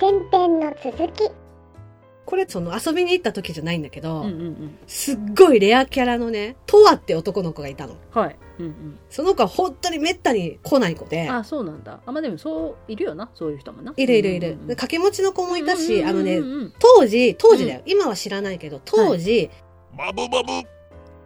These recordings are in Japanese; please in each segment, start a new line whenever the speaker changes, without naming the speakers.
前編の続き。
これその遊びに行った時じゃないんだけど、
うんうんうん。
すっごいレアキャラのね、トワって男の子がいたの。
はい。うん
その子は本当にめったに来ない子
う
で
ん。、あ、そうなんだ。あ、まあでもそう、いるよな。そういう人もな。
いるいるいる。
うんうんうん
で掛け持ちの子もいたし、あのね
うん、うんうん
当時、当時だよ。今は知らないけど、当時、
バブバブ
っ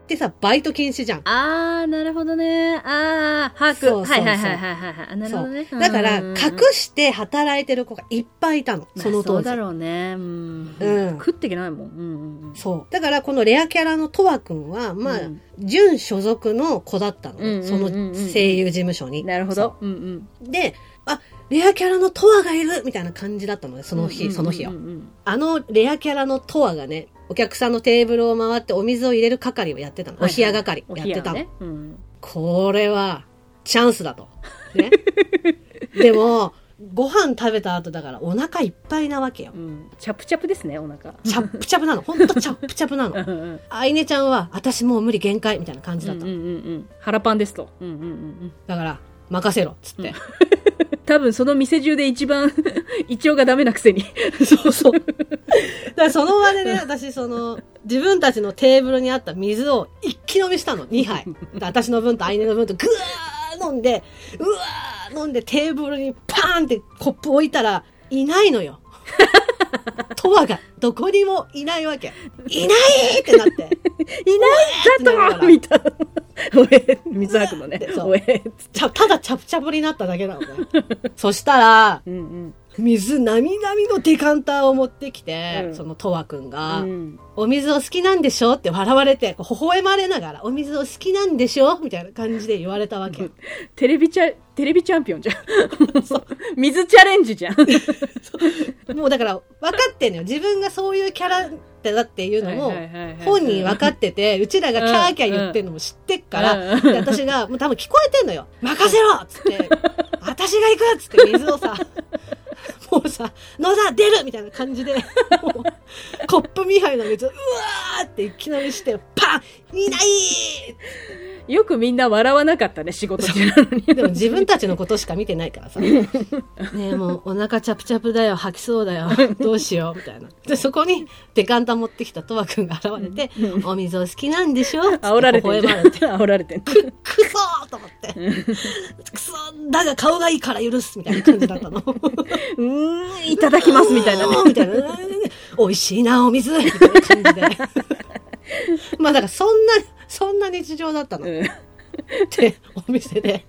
てさ、バイト禁止じゃん。
あー、なるほどね。あー、把握。
そうそうそう
はいはいはいはいはいはい。あなるほどね。
だから、
うんうん
隠
うん
して働いてる子がいっぱいいたの。その
まあそ
当
う
時。
だろうね。うん。
うん
食っていけないもん。うんうんうん。
そう。だから、このレアキャラのトワくんは、まあ、
うん
準所属の子だったのね、
うんうんうんうん
その声優事務所に。
なるほど。うんうん。
そう。で、あ、レアキャラのトワがいるみたいな感じだったのね、その日、
うんうんうん
その日
う
は。
んうん
あのレアキャラのトワがね、お客さんのテーブルを回ってお水を入れる係をやってたの。
はいはい
お冷や係
お
や
冷
って
や
たの。
ね。うん。
これは、チャンスだと。 ね。でも、ご飯食べた後だからお腹いっぱいなわけよ
う。ん。チャプチャプですね、お腹。
チャップチャプなの。ほんとチャップチャプな
うん
の。
うんうん
あいねちゃんは、私もう無理限界みたいな感じだ
う
っ
ん
た
う
の。
んうん。腹パンですと。うんうんうん
だから、任せろ、つって。
うん。多分その店中で一番 胃腸がダメなくせに。
そう そう。だからその場でね、私、その、自分たちのテーブルにあった水を一気飲みしたの、2杯。 で私の分とアイネの分とぐわー飲んで、うわー飲んでテーブルにパーンってコップ置いたら、いないのよ。 トワがどこにもいないわけ。いないってなって。
いないだとみたいな。お え、水吐くのね。
そう
おえ。
ちゃただチャプチャプになっただけ なのね。そしたら、
うんうん。
水なみなみのデカンターを持ってきて、
うん
そのトワくんが、
うん
お水を好きなんでしょって笑われて、こう微笑まれながら、お水を好きなんでしょみたいな感じで言われたわけ。
テレビチャ、テレビチャンピオンじゃん。 水チャレンジじゃん。
もうだから、分かってんのよ。自分がそういうキャラだっていうのも
はいはいはいはい、
本人分かってて、うちらがキャーキャー言ってるのも知ってっから、
うん
で私が、もう多分聞こえてん のよ。任せろっつって、私が行くっつって水を さ、もうさ、野田出るみたいな感じで、もうコップ見杯の水を、うわーっていきなりして、パンいない
よくみんな笑わなかったね、仕事中なの に。
でも自分たちのことしか見てない からさ。ねえ、もうお腹チャプチャプだよ、吐きそう だよ、どうしよう、みたいな。で、そこにデカンタ持ってきたトワくんが現れて、お水を好きなんでしょ
煽られて
微
んじゃ
笑まれ
ん。
て
煽られてんじゃん
く、くそーと思 って。くそーだが顔がいいから許すみたいな感じだった の。
うーん、いただきますみたいなね。
うんみたいな。うん美味しいな、お水みたいな感じで。 まあだからそんな、そんな日常だったの。
うん
ってお店 で。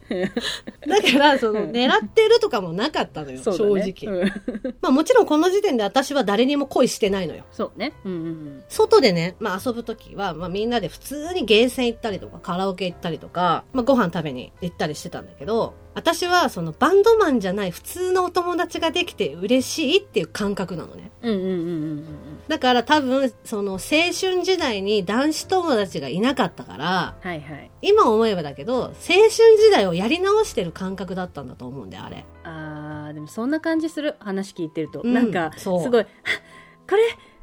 だから、その、狙ってるとかもなかったのよ、
そう
正
だね
直。
うん
まあもちろんこの時点で私は誰にも恋してないのよ。
そうね。うんうんうん。
外でね、まあ遊ぶときは、まあみんなで普通にゲーセン行ったりとか、カラオケ行ったりとか、まあご飯食べに行ったりしてたんだけど、私はそのバンドマンじゃない普通のお友達ができて嬉しいっていう感覚なのね。
うんうんうんうんうん。
だから多分、その青春時代に男子友達がいなかったから、
はいはい。
今思えばだけど、青春時代をやり直してる感覚だったんだと思うんだよ、あれ。
あー、でもそんな感じする。話聞いてると。
うん
なんか、す
そう
ごい、 はっこれ、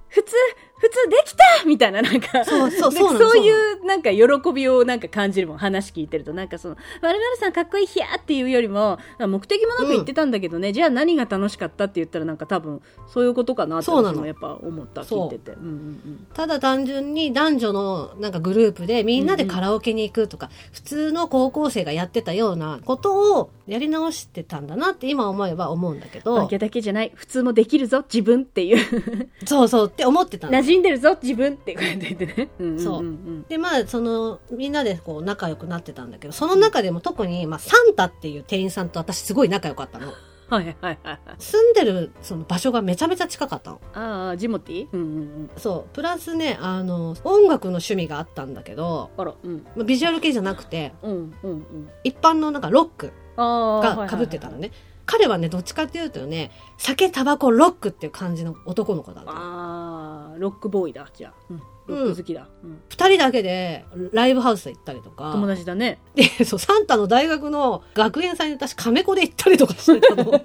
普通、普通できたみたいな、なんか、
そう そう
で
そうなの
そういう、なんか、喜びをなんか感じるもん。話聞いてると。なんかその、〇〇さんかっこいい、ひゃーっていうよりも、目的もなく言ってたんだけどね、じゃあ何が楽しかったって言ったら、なんか多分、そういうことかなって
そうな
私
の
もやっぱ思った、
そう
聞いてて。うんうんうん。
ただ単純に男女のなんかグループでみんなでカラオケに行くとか、普通の高校生がやってたようなことをやり直してたんだなって今思えば思うんだけ
負
ど、
けだけじゃない普通もできるぞ自分っていう
そうそうって思ってたの
馴染んでるぞ自分ってこうやって言ってね、うんうん
そう
うん
で、まあ、その、みんなでこう仲良くなってたんだけど、その中でも特に、まあ、サンタっていう店員さんと私すごい仲良かったの。
うんはいはいはいはい
住んでるその場所がめちゃめちゃ近かったの。
ああジモティうんうんうん
そう。プラスね、あの、音楽の趣味があったんだけど、
あらうん
まあビジュアル系じゃなくて、
うんうんうん
一般のなんかロック
ああ
が被ってたのね。彼はね、どっちかっていうとね、酒、タバコ、ロックっていう感じの男の子だったの。
ああロックボーイだじゃあ、うん、ロック好きだ、うん
二人だけでライブハウス行ったりと
友
か、
達だね
で、そう、サンタの大学の学園祭に私、カメコで行ったりとかしてた の。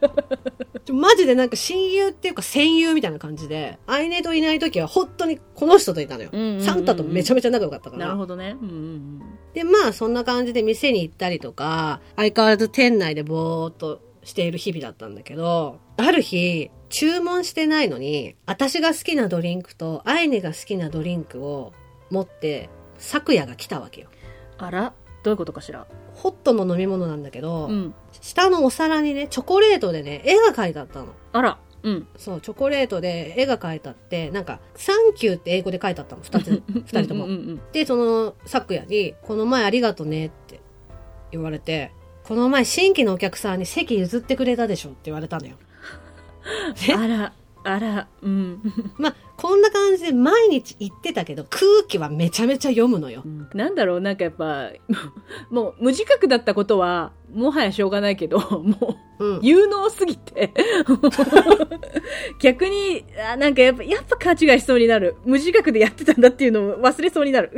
ちょマジでなんか親友っていうか戦友みたいな感じで、アイネといない時は本当にこの人といたのよ。
うんうんうんうん
サンタとめちゃめちゃ仲良かったから。
なるほどねうんうん
で、まあ、そんな感じで店に行ったりとか、相変わらず店内でぼーっとしている日々だったんだけど、ある日、注文してないのに、私が好きなドリンクと、アイネが好きなドリンクを持って、昨夜が来たわけよ。
あらどういうことかしら
ホットの飲み物なんだけど、
うん
下のお皿にね、チョコレートでね、絵が描いてあったの。
あらうん
そう、チョコレートで絵が描いてあって、なんか、サンキューって英語で書いてあったの、二つ、 二人とも
うんう。んうん
で、その、昨夜に、この前ありがとねって言われて、この前新規のお客さんに席譲ってくれたでしょって言われた のよ。
うんあらあらうん、
まあ、こんな感じで毎日言ってたけど、空気はめちゃめちゃ読むのよ
う。ん なんだろうなんかやっぱもう無自覚だったことはもはやしょうがないけども
うん
う。 有能すぎて逆にあなんかやっぱやっぱ勘違いしそうになる無自覚でやってたんだっていうのを忘れそうに なる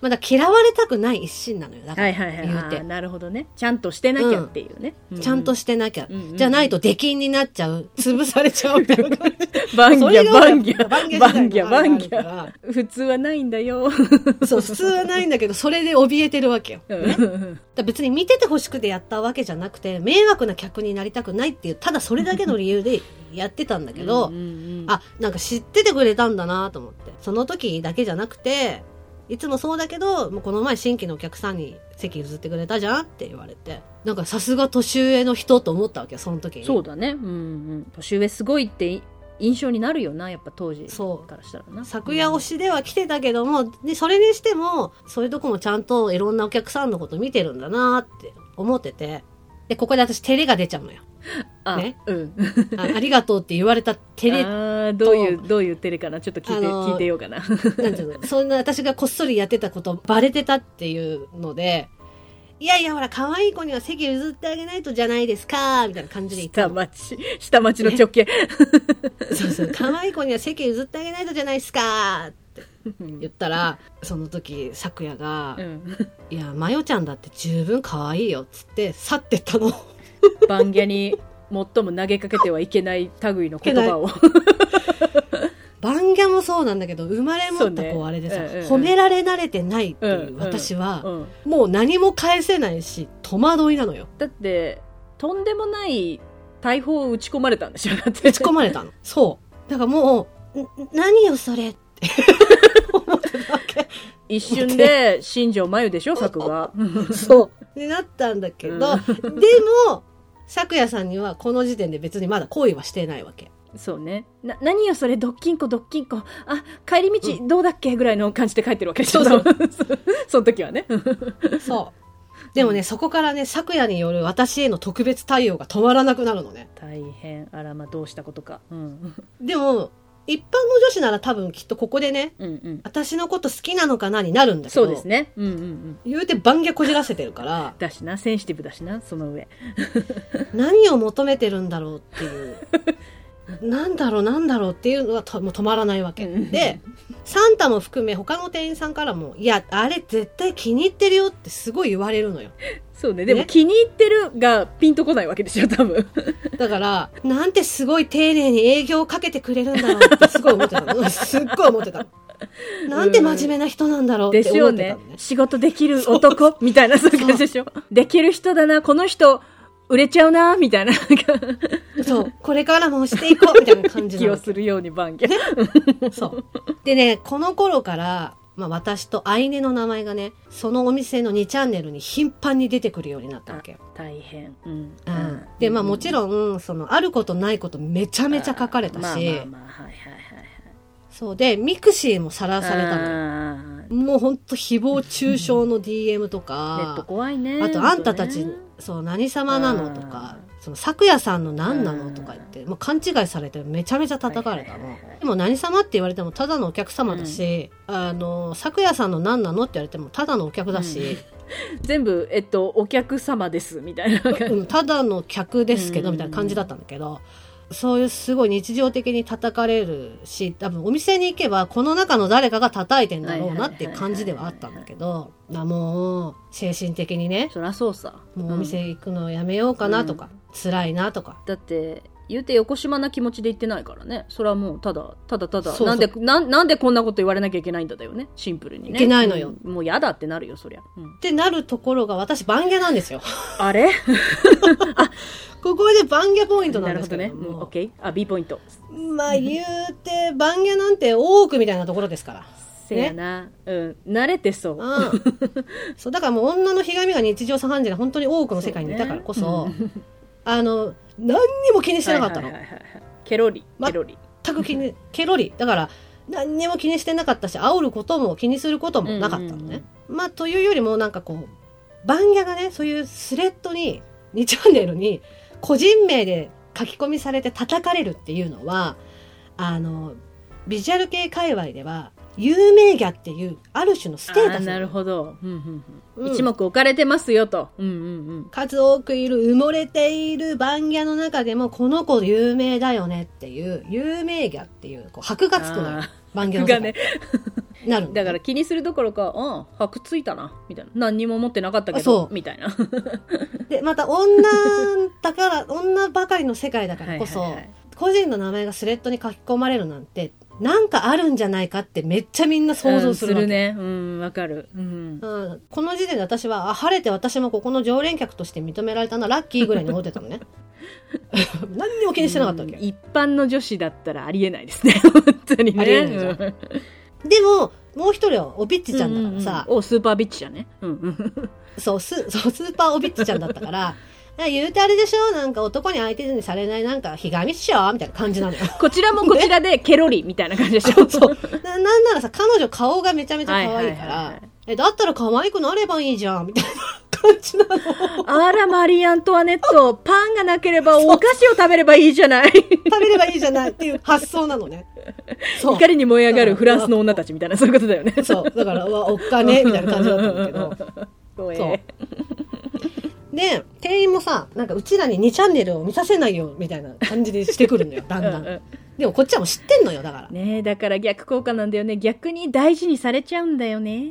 まあだから嫌われたくない一心なのよ。だから、
はいはいはい
言う
あ
て
ーなるほどねちゃんとしてなきゃっていうね、う
ちゃんとしてなきゃ。
うんうんうん
じゃないと出禁になっちゃう。潰されちゃうみたいな感 じ。
バンギ
それ
ャ
が
バンギャ
バンギャ
バンギャバンギ
時代のあるある
ャ普通はないんだよ、
そう、普通はないんだけど、それで怯えてるわけよ。
うん
ねだから別に見てて欲しくてやったわけじゃなくて、迷惑な客になりたくないっていう、ただそれだけの理由でやってたんだけど、
うんうんうん
あ、なんか知っててくれたんだなと思って。その時だけじゃなくて、いつもそうだけど、もうこの前新規のお客さんに席譲ってくれたじゃんって言われて。なんかさすが年上の人と思ったわけよ、その時に。
そうだね、うんうん、年上すごいってい印象になるよなやっぱ当時
そう
からしたらな
昨夜推しでは来てたけども、でそれにしても、そういうとこもちゃんといろんなお客さんのこと見てるんだなって思ってて。で、ここで私照れが出ちゃうのよ。
あ、
ね
うん、
あありがとうって言われた照れ
あーどういうどういうテレかなちょっと聞いて、
あのー
聞いてようかな
なんていうの、そんな私がこっそりやってたことバレてたっていうので、いやいやほら、可愛い子には席譲ってあげないとじゃないですか、みたいな感じで言った
下
の。
町 下町の直径
そうそう、可愛い子には席譲ってあげないとじゃないですか、って言ったら、その時、昨夜が
う、ん
いや、マヨちゃんだって十分可愛いよ、つって去ってったの。
バンギャに最も投げかけてはいけない類の言 葉を
バンギャもそうなんだけど、生まれ持った
そうね
子あれでさ、
うんうんうん
褒められ慣れてないっていううん私
う
は、
ん、
もう何も返せないし、戸惑いなのよ。
だってとんでもない大砲を打ち込まれたんで しょだって
打ち込まれたの。 そう。だからもう、ん何よそれって思ってたわけ。
一瞬で新庄真由でしょ作画
そう。になったんだけど、
う
でも、咲夜さんにはこの時点で別にまだ恋はしてないわけ。
そうね。な、何よそれ、ドッキンコ、ドッキンコ。あ、帰り道、どうだっけぐらいの感じで帰ってるわけでしょ。
そう
多分 そその時はね。
そう。でもね、そこからね、咲夜による私への特別対応が止まらなくなるのね。
大変、あら、まあ、どうしたことか。うん。
でも、一般の女子なら多分きっとここでね、
うんうん。
私のこと好きなのかなになるんだけど。
そうですね。うんうんうん。
言うて番ャこじらせてるから、
だしな、センシティブだしな、その上。
何を求めてるんだろうって いう。なんだろうなんだろうっていうのはともう止まらないわけ。
うん
で、サンタも含め他の店員さんからも、いや、あれ絶対気に入ってるよってすごい言われるのよ。
そうね。でも、
ね
気に入ってるが、ピンとこないわけでしょ、多分。
だ から、なんてすごい丁寧に営業をかけてくれるんだろうってすごい思ってたの。すっごい思ってたの。なんて真面目な人なんだろう
で
って
しょ
思
う
ってた
ね
のね。。
仕事できる男、みたいな、そういう感じでしょ。できる人だな、この人、売れちゃうな、みたいな、なんか
そう。これからもしていこうみたいな感じ
気
な
を
の。
するように番犬。
そう。でね、この頃から、まあ私とアイネの名前がね、そのお店の2チャンネルに頻繁に出てくるようになったわけ。
あ大変。うん。
うん、で、まあもちろん、その、あることないことめちゃめちゃ書かれたし、
あまあまあまあはいはいはい
そうで、ミクシーもさらされたのよ。
の
もうほんと誹謗中傷の DM とか、
ネット怖いね
あと、あんたたち
本、
そう、何様なのとか
う、
その、昨夜さんの何なのとか言って、もう勘違いされて、めちゃめちゃ叩かれた
はい
の
はいはいはい。
でも、何様って言われても、ただのお客様だし、あの、昨夜さんの何なのって言われても、ただのお客だし、
当ね全部えっとお客様ですみたいな感じ
うんただの客ですけど、
うん
みたいな感じだったんだけど、そういうすごい日常的に叩かれるし、多分お店に行けばこの中の誰かが叩いてんだろうなっていう感じではあったんだけど、なもう精神的にね、
そりゃそうさ
もうお店行くのやめようかなとか、辛いなとか、
だって言うて横島な気持ちで言ってないからねそれはもうただただただ
そうそう
なんでなんなんでこんなこと言われなきゃいけないんだだよねシンプルにね
いけないのよ
うんもうやだってなるよそりゃ、うん
てなるところが私、番下なんですよ。
あれ
ここで番下ポイントな
なんる
で
ほ
すけ
ど
ど
ね、うん、オッケーあ B ポイント
まあ言うて、番下なんて多くみたいなところですから。
せやな、うん慣れてそう
うん、そうだからもう女のひがみが日常茶飯事で本当に多くの世界にいたからこそ、あの何にも気にしてなかったの、
はいはいはいはいケロリ
ま
ケロリ、
全く気 にケロリだから何にも気にしてなかったし煽ることも気にすることもなかったのね、まあというよりもなんかこう番屋がねそういうスレッドに2チャンネルに個人名で書き込みされて叩かれるっていうのはあのビジュアル系界隈では有名ギャっていうある種のステータ
あ
ス
ー
な
な
の
るほど、うんうんうん
うん
一目置かれてますよと、うんうんうん、
数多くいる埋もれている番屋の中でもこの子有名だよねっていう有名ギャっていうこう箔がつくのよ
あー
番屋の世
が
界
ね
なるの
だから気にするどころかうん白ついたなみたいな何にも持ってなかったけ
あそ
ど
う
みたいな
でまた女だから女ばかりの世界だからこそ、
はいはいはい
個人の名前がスレッドに書き込まれるなんてなんかあるんじゃないかってめっちゃみんな想像するわ
うん
け、
ねうんわかるうん
うん、この時点で私はあ晴れて私もここの常連客として認められたなラッキーぐらいに思ってた のね何にも気にしてなかったわけ、
うん一般の女子だったらありえないですね 本当にね
ありえないじゃん
うん
でももう一人はおびっちちゃんだからさ、
ううおスーパービッチじゃねうん うん
そう、スそうスーパーオビッチちゃんだったから、 なんか言うてあれでしょなんか男に相手にされないなんかひがみっしょみたいな感じなのよ。
こちらもこちらでケロリみたいな感じでし ょ
そう。ななんならさ、彼女顔がめちゃめちゃ可愛いか
はいはいはいは
ら
い、
え、だったら可愛くなればいいじゃんみたいな感じなの。
あらマリー・アントワネットパンがなければお菓子を食べればいいじゃない
食べればいいじゃないっていう発想なのね。そう。
怒りに燃え上がるフランスの女たちみたいなそういうことだよね
そう。だから、うわ、おっかねみたいな感じだったんだけ ど。
そう
そうで、店員もさ、なんかうちらに2チャンネルを見させないよみたいな感じにしてくる のよ、だんだ
うん
ん
う。
でもこっちはもう知ってんのよ、だから。
ねえだから逆効果なんだよね逆に大事にされちゃうんだよね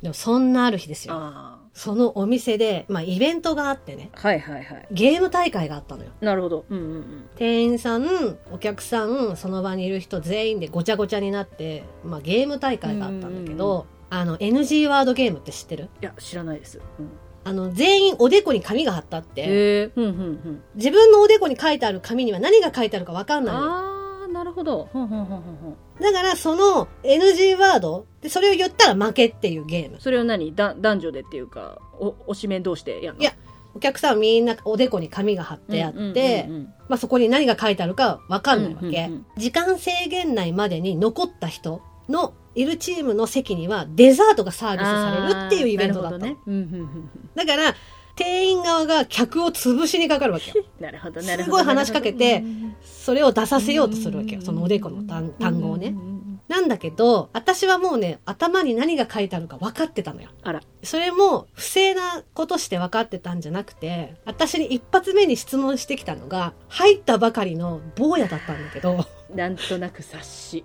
でもそ んなある日ですよ。
あ
そのお店で、まあ、イベントがあってね、
あはいはいはい
ゲーム大会があったのよ。
なるほどうんうんうん
店員さん、お客さん、その場にいる人全員でごちゃごちゃになって、まあ、ゲーム大会があったんだけ
うんうん
ど、あの、NG ワードゲームって知ってる
いや知らないです、うん、
あの、全員おでこに紙が貼ったって、
へえうんうんうん
自分のおでこに書いてある紙には何が書いてあるかわかんないのよ。
ああなるほどほんほんほんほんほん
だから、その NG ワード、で、それを言ったら負けっていうゲーム。
それを何だ男女でっていうかお推しメン同士でやんの
いやお客さんはみんなおでこに紙が貼ってあって、まあ、そこに何が書いてあるかわかんないわけ、
うんうんうん
時間制限内までに残った人のいるチームの席にはデザートがサービスされるっていうイベントだったの、
あーなるほどね、うんうんうん
だから店員側が客を潰しにかかるわけよ
なるほどな るほど
すごい話しかけて
なるほどね
それを出させようとするわけよそのおでこの単単語を
うん
ね
うんうん
なんだけど私はもうね頭に何が書いてあるか分かってたのよ
あら
それも不正なことして分かってたんじゃなくて私に一発目に質問してきたのが入ったばかりの坊やだったんだけど
なんとなく察し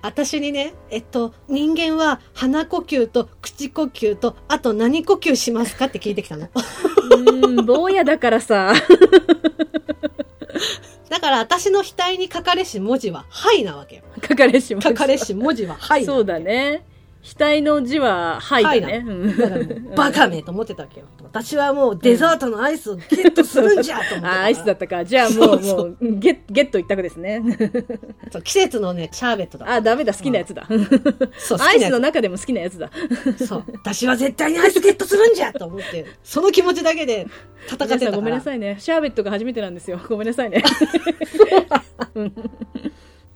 私にね、えっと、人間は鼻呼吸と口呼吸と、あと何呼吸しますかって聞いてきた の。
うん坊やだからさ
だから私の額に書かれし文字は、はいなわ けよ。
書かれします
書かれし文字は、はいな
そうだね額の字は「はい」だ
はい
ね、
だからもうバカめと思ってたわけよ。私はもうデザートのアイスをゲットするんじゃと思ってた
うん
から
あアイスだったかじゃあもう
そうそ
もうゲッゲット一択です ね
そう季節のね、シャーベットだ。
あダメだ好きなやつだ
そう、
アイスの
好
中でも好きなやつだ
きなやつそう。私は絶対にアイスゲットするんじゃと思って、その気持ちだけで戦ってたか
皆さ
ら。
んごめんなさいねシャーベットが初めてなんですよ ごめんなさいね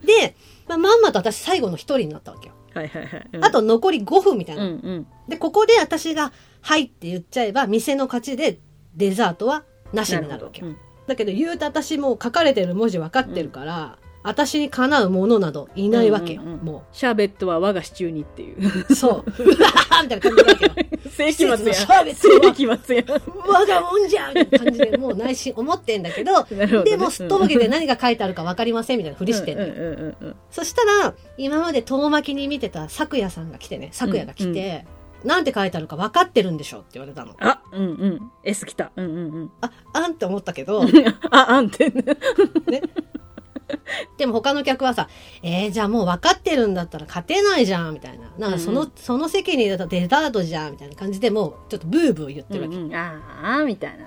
で、まあ、まんまと私最後の一人になったわけよ。
はいはいはい、うん
あと残り5分みたい
うん
な
うん
で、ここで私が、はいって言っちゃえば、店の勝ちで、デザートはなしになるわけよ。
うん
だけど、言うと私もう書かれてる文字分かってるから、私にかなうものなどいないわけよ。
うんうんうん
も
シャーベットは我が支柱にっていう
う。そう。うわーみたいな感じなわけ よ。
世紀
季
末や
節 の
ん
シャーベット
世
は、
紀末やん
我がもんじゃみたいな感じ で、もう内心思ってんだけど、
なるほどね
でも、すっとぼけて何が書いてあるか分かりませんみたいなふりしてんのよ
うんうんうんうん
そしたら、今まで遠巻きに見てた昨夜さんが来てね、昨夜が来て、なんて書いてあるか分かってるんでしょって言われたの。
あ、うんうん。S 来た。うんうん うん。
あ、あんって思ったけ ど、
あ、あんってね。
でも他の客はさ、えー、じゃあもう分かってるんだったら勝てないじゃん、みたいな。なんかその、
うんう
その席にいたデザートじゃん、みたいな感じでもう、ちょっとブーブー言ってるわけ。
うんうんああ、みたいな。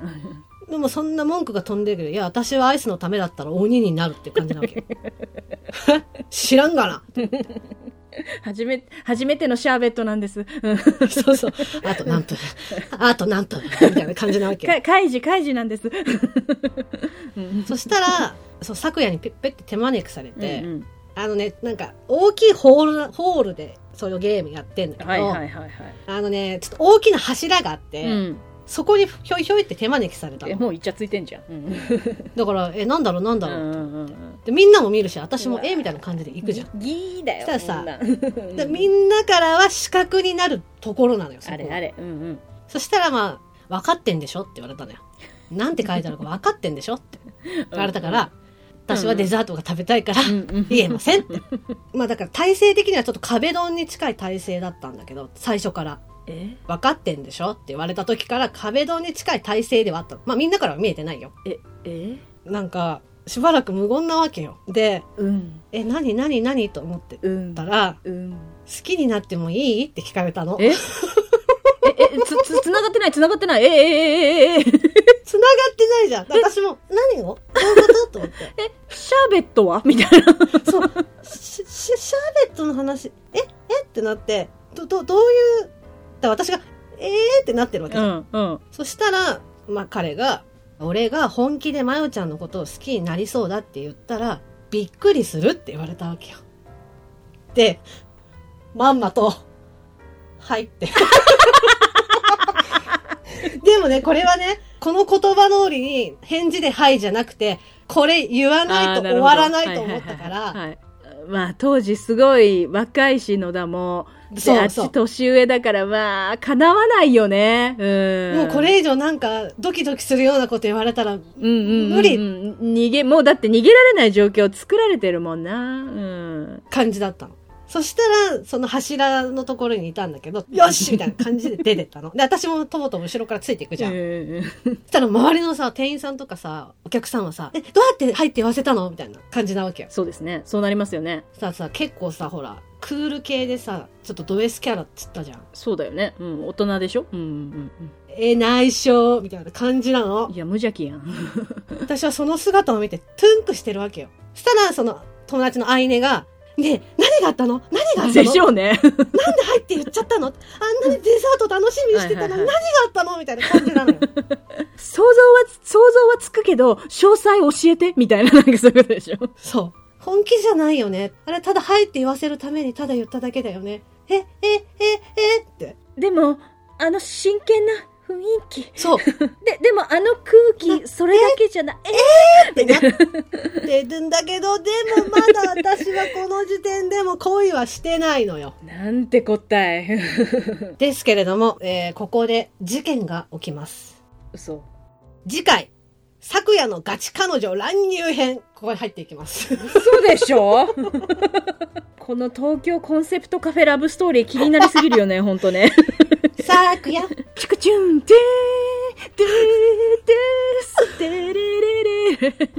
でもそんな文句が飛んでるけど、いや、私はアイスのためだったら鬼になるって感じなわ け。知らんがな。
初め、初めてのシャーベットなんです。うん
そうそう。あと何分。あと何分。みたいな感じなわけ。
かカイジ、カイジなんです。
そしたら、そう、昨夜にペッペッって手招きされて、
うんうん
あのね、なんか、大きいホール、ホールで、そういうゲームやってんだけど、
はいはいはいはい。
あのね、ちょっと大きな柱があって、
うん。
そこにひょいひょいって手招きされた
え、
の。
もうイチャついてんじゃん。うん
だから、え、なんだろうなんだろう、
うんうんうん
で、みんなも見るし、私も
うわ
えみたいな感じで行くじゃん。
ギーだよ。
そしたら
さ
で、みんなからは視覚になるところなのよ、そこ
あれあれ。うんうん。
そしたらまあ、分かってんでしょって言われたのよ。なんて書いてあるか分かってんでしょって言われたから、私はデザートが食べたいから、
うんうん、
言えませんって。 まあだから体勢的にはちょっと壁ドンに近い体勢だったんだけど、最初から。
え
分かってんでしょって言われた時から壁ドンに近い体勢ではあったの。まあみんなからは見えてないよ。
ええ
なんか、しばらく無言なわけよ。で、
うん
え、何何何と思って
うん
たら、
うん
好きになってもいいって聞かれたの。
えええつつつながってないつながってないええええええええ
繋がってないじゃん。私も、何をどういうことと思って。
えシャーベットはみたいな
そう。し、しシャーベットの話、え、えってなって、ど、ど、どういう、だ私が、えーってなってるわけじゃん。
んうん
そしたら、まあ彼が、俺が本気でマヨちゃんのことを好きになりそうだって言ったら、びっくりするって言われたわけよ。で、まんまと、はいって。 でもね、これはね、この言葉通りに返事ではいじゃなくて、これ言わないと終わらないと思ったか
あーな
ら、
るほどはいはいはいはいまあ当時すごい若いし野田もで
そう
あ
そ
っち年上だからまあかなわないよねう
う。
ん
もうこれ以上なんかドキドキするようなこと言われたら、
うんうんうんうん
無理
逃げもうだって逃げられない状況を作られてるもんなうん
感じだったの。そしたら、その柱のところにいたんだけど、よしみたいな感じで出てったの。で、私もとぼとぼ後ろからついていくじゃん。
う
そ
んうん
したら周りのさ、店員さんとかさ、お客さんはさ、え、どうやって入って言わせたのみたいな感じなわけよ。
そうですねそうなりますよね
さあさ、結構さ、ほら、クール系でさ、ちょっとド S キャラっつったじゃん。
そうだよね。うん、大人でしょうんうん
え、内緒みたいな感じな
うん。
の。
いや、無邪気 やん。
私はその姿を見て、トゥンクしてるわけよ。そしたら、その、友達のアイネが、ねえ、何があったの何があった
で
の
しょう
な
ね。
んで入って言っちゃったのあんなにデザート楽しみにしてたのに
はいは
何
いはい
があったのみたいな感じなのよ。
想像は、想像はつくけど、詳細教えてみたいな、なんかそういうことでしょ
そう。本気じゃないよね。あれ、ただ入って言わせるためにただ言っただけだよね。え、え、え、え、って。
でも、あの真剣な雰囲気。
そう。っ
で、でもあの空気、それだけじゃない。
て
え
なってるんだけど、でもまだ私はこの時点でも恋はしてないのよ。
なんて答え。
ですけれども、えーここで事件が起きます。
嘘。
次回、昨夜のガチ彼女乱入編。ここに入っていき ます。
嘘でしょこの東京コンセプトカフェラブストーリー気になりすぎるよね、ほんとね。
昨夜、
チクチュン、てー、てー、てーす、てれれれ。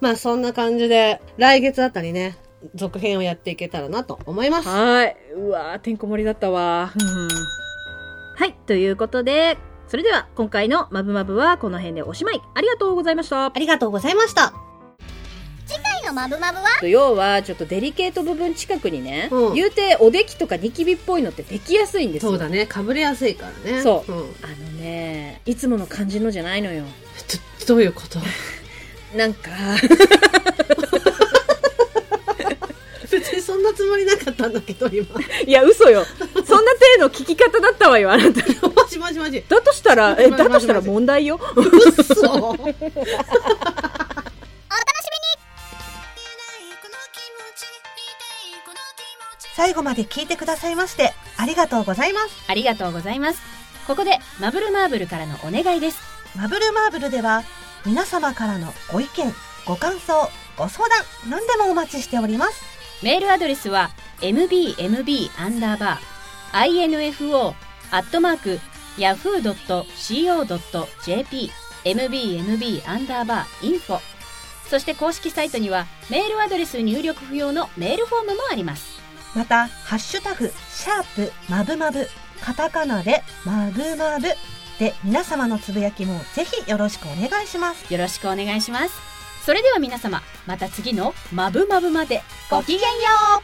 まあそんな感じで、来月あたりね、続編をやっていけたらなと思います。
はーい。うわー、てんこ盛りだったわ。はい、ということで、それでは今回のマブマブはこの辺でおしまい。ありがとうございました
あ。りがとうございました。
回のマブマブは
要は、ちょっとデリケート部分近くにね、
うん
言うておできとかニキビっぽいのってできやすいんですよ。
そうだね、かぶれやすいからね。
そうんあのね、いつもの感じのじゃないのよ。
どどういうこと
なんか、
別にそんなつもりなかったんだけど、今。
いや、嘘よ。そんな程度聞き方だったわよ、あなた。
マジマジマジ。
だとしたら、
え
え、
だ
だ
と
と
し
したた
ら
ら問題よ。
嘘最後まで聞いてくださいまして、ありがとうございます。
ありがとうございます。ここでマブルマーブルからのお願いです。
マブルマーブルでは、皆様からのご意見、ご感想、ご相談、何でもお待ちしております。
メールアドレスは mbmb-info
アットマーク、yahoo.co.jp、mbnb アンダーバー、インフォ。そして公式サイトには、メールアドレス入力不要のメールフォームもあります。
また、ハッシュタグ、シャープ、まぶまぶ、カタカナで、まぶまぶで、皆様のつぶやきもぜひよろしくお願いします。
よろしくお願いします。それでは皆様、また次のマブマブまでごきげんよう